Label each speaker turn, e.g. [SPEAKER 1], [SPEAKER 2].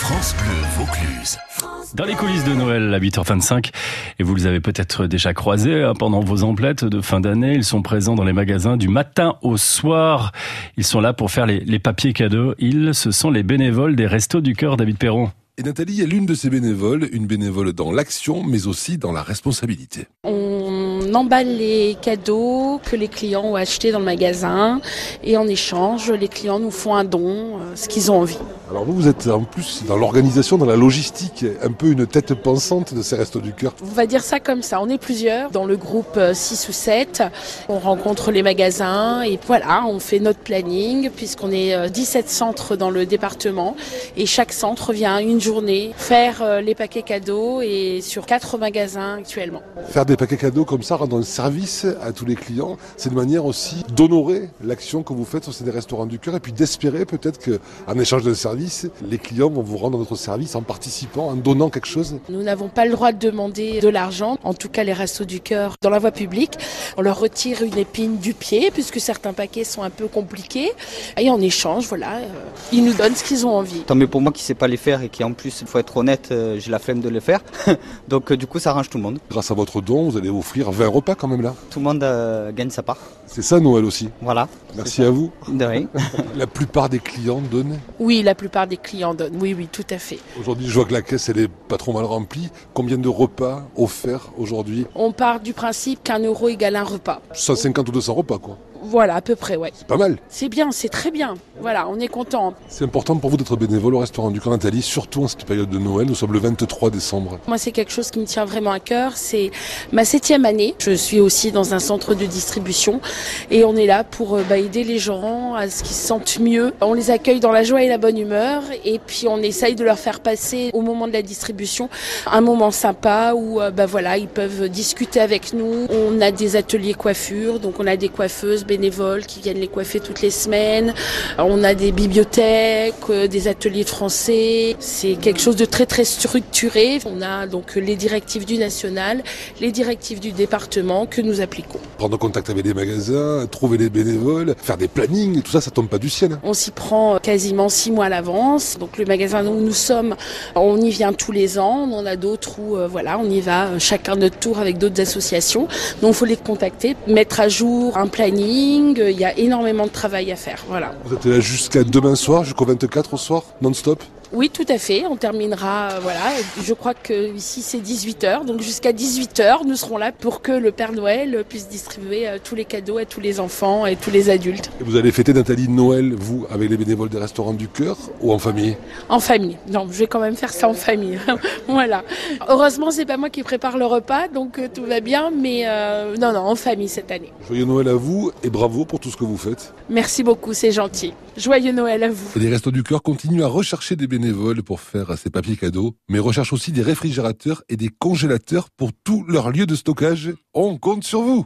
[SPEAKER 1] France Bleu Vaucluse.
[SPEAKER 2] Dans les coulisses de Noël à 8h25, et vous les avez peut-être déjà croisés hein, pendant vos emplettes de fin d'année, ils sont présents dans les magasins du matin au soir. Ils sont là pour faire les, les papiers cadeaux. Ils, ce sont les bénévoles des Restos du Cœur, David Perron.
[SPEAKER 3] Et Nathalie est l'une de ces bénévoles, une bénévole dans l'action, mais aussi dans la responsabilité.
[SPEAKER 4] On emballe les cadeaux que les clients ont achetés dans le magasin et en échange, les clients nous font un don, euh, ce qu'ils ont envie.
[SPEAKER 3] Alors vous, vous êtes en plus dans l'organisation, dans la logistique, un peu une tête pensante de ces restos du cœur.
[SPEAKER 4] On va dire ça comme ça. On est plusieurs dans le groupe 6 ou 7. On rencontre les magasins et voilà, on fait notre planning puisqu'on est euh, 17 centres dans le département et chaque centre vient une journée faire euh, les paquets cadeaux et sur quatre magasins actuellement.
[SPEAKER 3] Faire des paquets cadeaux comme ça, rendre un service à tous les clients, c'est une manière aussi d'honorer l'action que vous faites au sein des restaurants du cœur et puis d'espérer peut-être qu'en échange d'un service, les clients vont vous rendre votre service en participant, en donnant quelque chose.
[SPEAKER 4] Nous n'avons pas le droit de demander de l'argent, en tout cas les restos du cœur dans la voie publique. On leur retire une épine du pied puisque certains paquets sont un peu compliqués et en échange, voilà, euh, ils nous donnent ce qu'ils ont envie.
[SPEAKER 5] Tant mieux pour moi qui sais pas les faire et qui en plus, faut être honnête, euh, j'ai la flemme de les faire. Donc euh, du coup, ça arrange tout le monde.
[SPEAKER 3] Grâce à votre don, vous allez offrir 20 repas quand même là.
[SPEAKER 5] Tout le monde euh, gagne sa part.
[SPEAKER 3] C'est ça Noël aussi.
[SPEAKER 5] Voilà.
[SPEAKER 3] Merci à vous.
[SPEAKER 5] De rien.
[SPEAKER 3] La plupart des clients donnent.
[SPEAKER 4] Oui, la plupart des clients donnent. Oui, oui, tout à fait.
[SPEAKER 3] Aujourd'hui, je vois que la caisse, elle est pas trop mal remplie. Combien de repas offerts aujourd'hui
[SPEAKER 4] On part du principe qu'un euro égale un repas.
[SPEAKER 3] 150 ou 200 repas quoi.
[SPEAKER 4] Voilà, à peu près, ouais.
[SPEAKER 3] Pas mal.
[SPEAKER 4] C'est bien, c'est très bien. Voilà, on est content.
[SPEAKER 3] C'est important pour vous d'être bénévole au restaurant du Camp Nathalie, surtout en cette période de Noël. Nous sommes le 23 décembre.
[SPEAKER 4] Moi, c'est quelque chose qui me tient vraiment à cœur. C'est ma septième année. Je suis aussi dans un centre de distribution et on est là pour euh, bah, aider les gens à ce qu'ils se sentent mieux. On les accueille dans la joie et la bonne humeur et puis on essaye de leur faire passer au moment de la distribution un moment sympa où euh, bah, voilà, ils peuvent discuter avec nous. On a des ateliers coiffure, donc on a des coiffeuses bénévoles qui viennent les coiffer toutes les semaines. On a des bibliothèques, euh, des ateliers de français. C'est quelque chose de très très structuré. On a donc les directives du national, les directives du département que nous appliquons.
[SPEAKER 3] Prendre contact avec les magasins, trouver les bénévoles, faire des plannings, tout ça, ça tombe pas du ciel. hein.
[SPEAKER 4] On s'y prend euh, quasiment six mois à l'avance. Donc le magasin où nous sommes, on y vient tous les ans. On en a d'autres où euh, voilà, on y va euh, chacun de notre tour avec d'autres associations. Donc faut les contacter, mettre à jour un planning. Euh, Il y a énormément de travail à faire. Voilà.
[SPEAKER 3] Vous êtes là jusqu'à demain soir, jusqu'au 24 au soir, non-stop.
[SPEAKER 4] Oui, tout à fait. On terminera. euh, voilà. Je crois que ici c'est 18 h Donc jusqu'à 18 h nous serons là pour que le Père Noël puisse distribuer euh, tous les cadeaux à tous les enfants et tous les adultes
[SPEAKER 3] Et vous allez fêter Nathalie Noël, vous, avec les bénévoles des restaurants du cœur ou en famille
[SPEAKER 4] en famille. Non, je vais quand même faire ça en famille. voilà. Heureusement, c'est pas moi qui prépare le repas, donc euh, tout va bien. Mais euh, non, non, en famille cette année.
[SPEAKER 3] Joyeux Noël à vous et bravo pour tout ce que vous faites.
[SPEAKER 4] Merci beaucoup, c'est gentil. Joyeux Noël à vous.
[SPEAKER 3] Et les Restos du Cœur continuent à rechercher des bénévoles pour faire ces papiers cadeaux, mais recherchent aussi des réfrigérateurs et des congélateurs pour tous leurs lieux de stockage. On compte sur vous